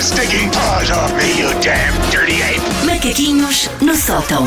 sticking paws off me, you damn dirty ape! Macaquinhos no sótão.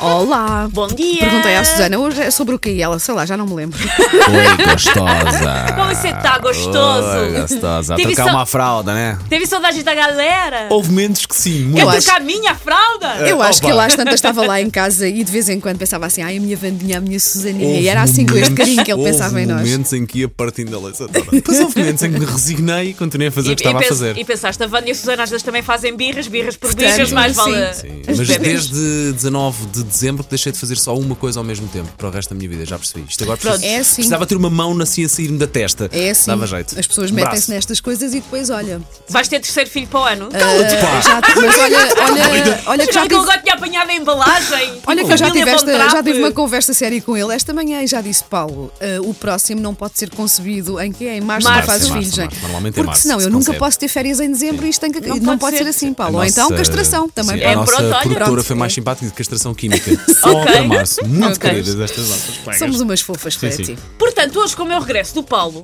Olá! Bom dia! Perguntei à Susana hoje é sobre o que ela, sei lá, já não me lembro. Oi, gostosa. Como você tá gostoso? Oi, gostosa. A Teve trocar só- uma fralda, né? Teve saudade da galera? Houve momentos que sim, é, Quer muito. acho- trocar minha fralda? Eu acho que opa. lá às tantas estava lá em casa e de vez em quando pensava assim, ai, a minha Vandinha, a minha Susaninha. Houve E era assim com este momentos- carinho que ele houve pensava em nós. momentos em que ia partindo da leça toda. Depois houve momentos em que me resignei e continuei a fazer o que estava a pens- fazer. e pensaste, a Vânia e a Susana às vezes também fazem birras, birras por Portanto, birras, mais sim. vale. Sim, as Mas bebês. desde 19 de dezembro que deixei de fazer só uma coisa ao mesmo tempo para o resto da minha vida, já percebi. Isto agora Pronto, precisava, é assim. precisava ter uma mão assim a sair-me da testa. É assim. Dava jeito. As pessoas Braço. metem-se nestas coisas e depois, olha. Vais ter terceiro filho para o ano? Cala-te, pá. Já, mas olha, olha, olha que Ah, já Será que eu tive. agora tinha apanhado a embalagem? Olha que eu já tive, Família Von esta- já Trapp? tive uma conversa séria com ele esta manhã e já disse, Paulo, ah, o próximo não pode ser concebido em que é? Em março, Março, não fazes março, filhos, março. hein? Normalmente é Porque março, senão se eu nunca concebe. posso ter férias em dezembro e isto tem que, não, pode, ser. assim, A Paulo. Ou nossa- então castração também. Sim, pode a É nossa pronto, olha. produtora Pronto, foi é. mais simpática de castração química. Só Ok. para março. Muito Ok. queridas estas notas. Bem. Somos umas fofas para sim. ti. Portanto, hoje, como eu regresso do Paulo,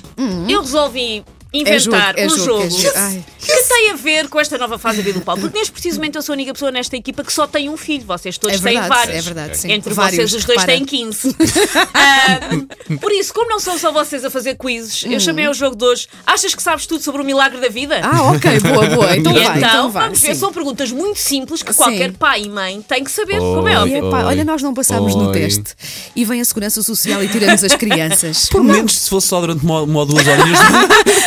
eu resolvi Uhum. inventar É jogo, é um jogo, é jogo, jogo. Ai. que tem a ver com esta nova fase da vida do Paulo. Porque neste precisamente eu sou a única pessoa nesta equipa que só tem um filho. Vocês todos É verdade, têm vários. é verdade, sim. Entre Vários, vocês, os dois repara. têm 15. Ahm, por isso, como não são só vocês a fazer quizzes, eu chamei ao jogo de hoje. Achas que sabes tudo sobre o milagre da vida? Hum. Ah, ok, boa, boa. Então E vai, então vai. vamos ver, sim. são perguntas muito simples que Sim. qualquer pai e mãe tem que saber, como é Oi. E, óbvio. epá, Oi. olha, nós não passámos no Oi. teste. E vem a Segurança Social e tiramos as crianças. Por menos se fosse só durante uma, uma ou duas horinhas.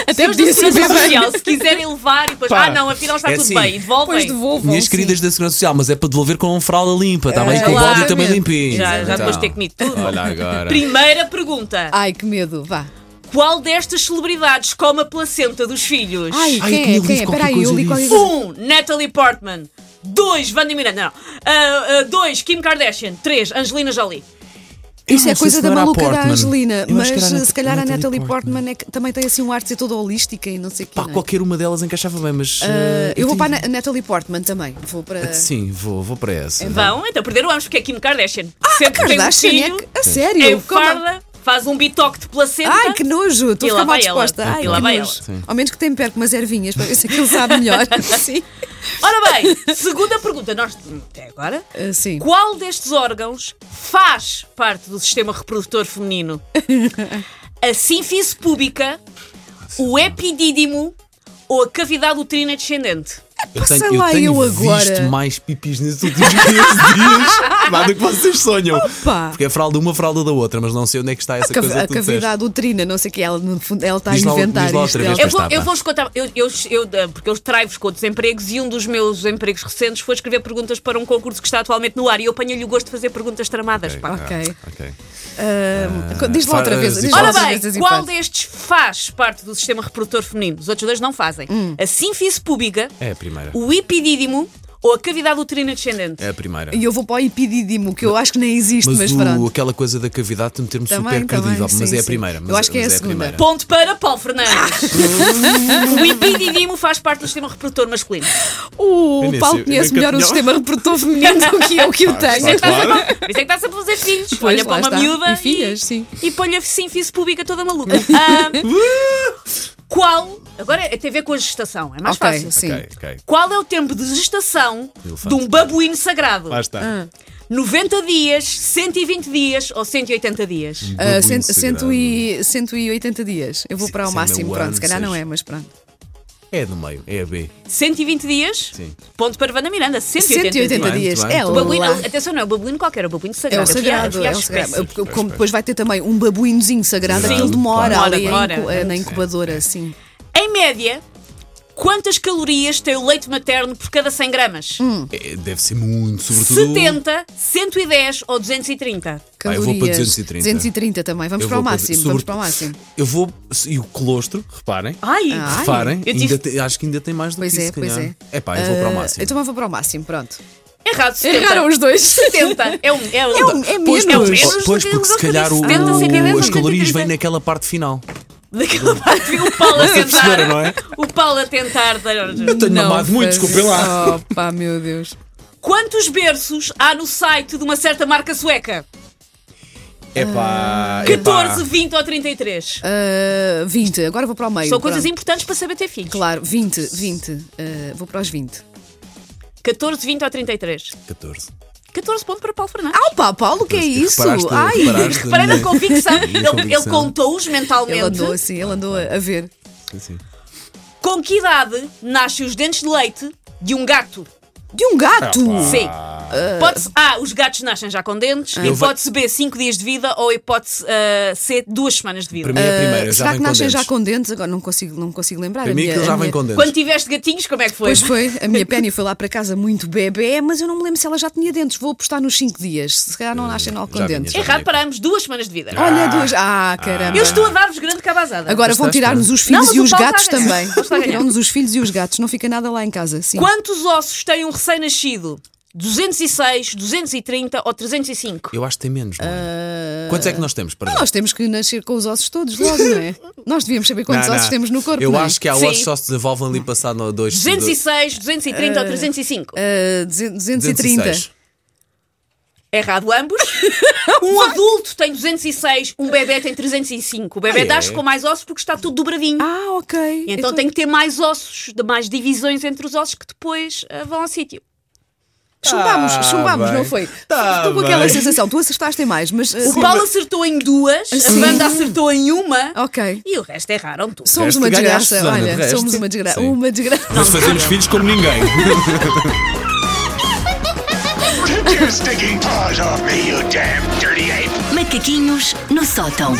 Até Senhores da podia ser Segurança bem. Social, se quiserem levar e depois, Pá, ah não, afinal está é tudo assim. bem, devolvem. Depois devolvam. Minhas queridas da Segurança Social, mas é para devolver com fralda limpa, está bem? Com o Claro. bode também limpinho. Já, já depois de Então, ter comido tudo. Olha agora. Primeira pergunta. Ai, que medo, vá. Qual destas celebridades come a placenta dos filhos? Ai, Ai, quem que é? eu li Quem é? Espera qualquer aí, eu coisa li qualquer disso. coisa. Um, Natalie Portman. Dois, Wanda Miranda. Não. Ah, ah, dois, Kim Kardashian. Três, Angelina Jolie. Eu Isso não é sei coisa se da não era a maluca da Portman. Angelina, Eu mas acho que era a se Nat- calhar a Natalie Natalie Portman. Portman é que também tem assim um ar de ser toda holística e não sei o quê. Pá, não é? qualquer uma delas encaixava bem, mas. Ah, eh, eu vou tenho- Ah, para a Na- Natalie Portman também. Vou para. Sim, vou, vou para essa. Vão, então perderam ambos, porque é Kim Kardashian. Sempre que tem um Ah, Kardashian, é filho, que- a sério? é como- farda, faz um bitoque de placenta. Ai, que nojo, estou E a lá ficar mal vai ela. disposta. Ai, E lá que vai nojo. ela. Sim. Ao menos que temperco umas ervinhas para ver se aquilo sabe melhor. Sim. Ora bem, segunda pergunta. Nós, até agora, Ah, sim. Qual destes órgãos faz parte do sistema reprodutor feminino? A sínfise pública, o epidídimo ou a cavidade uterina descendente? Eu Sei tenho, lá, eu tenho eu visto agora. mais pipis nesses últimos 15 dias Nada que vocês sonham. Opa! Porque é fralda uma, fralda da outra, mas não sei onde é que está essa Cav- a coisa que tu disseste. cavidade uterina, não sei o que, é, ela, no fundo, ela está a Diz lá o- inventar diz lá isto. outra vez, ela- Eu vou, está, eu pá. vos contar, eu, eu, eu- porque eu traio-vos com outros empregos e um dos meus empregos recentes foi escrever perguntas para um concurso que está atualmente no ar e eu apanho-lhe o gosto de fazer perguntas tramadas. pá. Ok. Ah, ok. Ah, diz lá outra faz- vez. Diz lá Ora outra bem, vez as qual hipóteses. destes faz parte do sistema reprodutor feminino? Os outros dois não fazem. A sínfise pública, É a primeira. o epidídimo ou a cavidade uterina descendente? É a primeira. E eu vou para o epidídimo, que eu acho que nem existe, mas, Mas o- pronto. aquela coisa da cavidade de meter-me super Também, também, credível, mas sim, é a sim. primeira. mas- Eu acho que é mas a segunda. primeira. Ponto para Paulo Fernandes. o epididimo faz parte do sistema reprodutor masculino. Uh, O Eu nem Paulo sei, conhece eu nunca melhor o tinha- sistema reprodutor feminino do que eu que o tenho. Por isso é que está sempre a fazer filhos. Ah, Pois, Olha para lá uma está. miúda E filhas, sim. E põe-lhe a sínfise pública toda maluca. Ah, qual? Agora é- tem a ver com a gestação, é mais Ok, fácil. sim. Ok, ok. Qual é o tempo de gestação Elefante. de um babuíno sagrado? Lá está. Ah, 90 dias, 180 dias ou 180 dias? Ah, Babuíno cento- sagrado. cento e- 180 dias. Eu vou Sim, para ao sim, meu máximo, pronto. Se ano, calhar não seis. é, mas pronto. É do meio, é a B. 120 dias? Sim. Ponto para Vanda Miranda, 180, 180 dias. Muito dias. bem, É muito O lá. babuíno, atenção, não é o babuíno qualquer, é o É babuíno sagrado. o sagrado, fui à- é o fui à espécie. sagrado. espécies. Como depois vai ter também um babuínozinho sagrado, Sim, aquilo demora claro. ali em Demora, incu- eh, demora. na incubadora, sim. Em média, quantas calorias tem o leite materno por cada 100 gramas? Hum. É, deve ser muito, sobretudo. 70, 110 ou 230? Ah, eu vou para 230. 230 também. Vamos Eu para o vou máximo. sobre- Vamos para o máximo. Eu vou. E o colostro, reparem. Ai! Ah. reparem, eu ainda tive- te- acho que ainda tem mais do Pois que é, isso, pois é. É pá, eu vou para o Ah, máximo. Eu também vou para o máximo, pronto. Errado, 70. Erraram os dois. 70. É um. É, um, É um- é menos. pois, é um Pois, menos do pois, que porque se eu calhar o- disse. 70, o- 110, as calorias vêm 130. naquela parte final. Daquela parte que o Paulo a tentar. perceberam, não é? O Paulo a tentar. dar- tenho mamado muito, faz- desculpem lá. Opa, meu Deus. Quantos berços há no site de uma certa marca sueca? Epá, epá. 14, 20 ou 33. Ah, 20, agora vou para o meio. São coisas pronto. importantes para saber ter filhos. Claro, 20, 20. Ah, vou para os 20. 14, 20 ou 33. 14. 14 ponto para Paulo Fernandes. Ah, pá, Paulo, o que é isso? Reparaste, Ai, reparaste Reparei na convicção. minha Ele, ele convicção. contou-os ele mentalmente. andou assim, ele andou a a ver. Sim, sim. Ah, Com que idade nascem os dentes de leite de um gato? De um gato! Sim. Hipótese A, os gatos nascem já com dentes. Eu hipótese B, 5 dias de vida. Ou hipótese ah, C, 2 semanas de vida. Para mim é a primeira, já Eh, Será que vem com nascem dentes. já com dentes? Agora não consigo, não consigo lembrar. Para a mim minha, aquilo a já vem minha- com dentes. Quando tiveste gatinhos, como é que foi? Pois foi, a minha Penny foi lá para casa muito bebê, mas eu não me lembro se ela já tinha dentes. Vou apostar nos 5 dias. Se calhar não nascem logo com Eh, já vinha, dentes. já. Errado, parámos. 2 semanas de vida. Olha, duas. Ah, caramba. Eu estou a dar-vos grande cabazada. Agora vão Estás tirar-nos bem. os Não, filhos mas e o os Paulo gatos está a ganhar. também. Ele está a ganhar. Tiram-nos os filhos e os gatos, não fica nada lá em casa. Sim. Quantos ossos tem um recém-nascido? 206, 230 ou 305? Eu acho que tem menos, não é? Quantos é que nós temos? Para já? Ah. Nós temos que nascer com os ossos todos logo, não é? Nós devíamos saber quantos Não, ossos não. temos no corpo. Eu não é? acho que há Sim. ossos que só se desenvolvem ali passado um dois. 206, 230 ou 305? Ah, duze- 230. 206. Errado ambos. um adulto tem 206, um bebê tem 305. O bebê Ah, é? nasce com mais ossos porque está tudo dobradinho. Ah, ok. E Eu então tô- tem que ter mais ossos, de- mais divisões entre os ossos que depois ah, vão ao sítio. Chumbámos, Tá chumbámos, bem. não foi? Tá Estou com aquela bem. sensação. Tu acertaste em mais, mas. ah, O Paulo acertou em duas, a Sim. Oh. Wanda acertou em uma Ok. e o resto erraram tudo. Somos resto uma ganhaste, desgraça, Susana, de olha, resto. somos uma desgraça. Sim. Uma desgraça. Mas fazemos filhos como ninguém. Take your stinking paws off me, you damn dirty ape! Macaquinhos no sótão.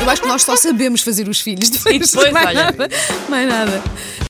Eu acho que nós só sabemos fazer os filhos. Depois, depois, mais olha. nada. Mais nada.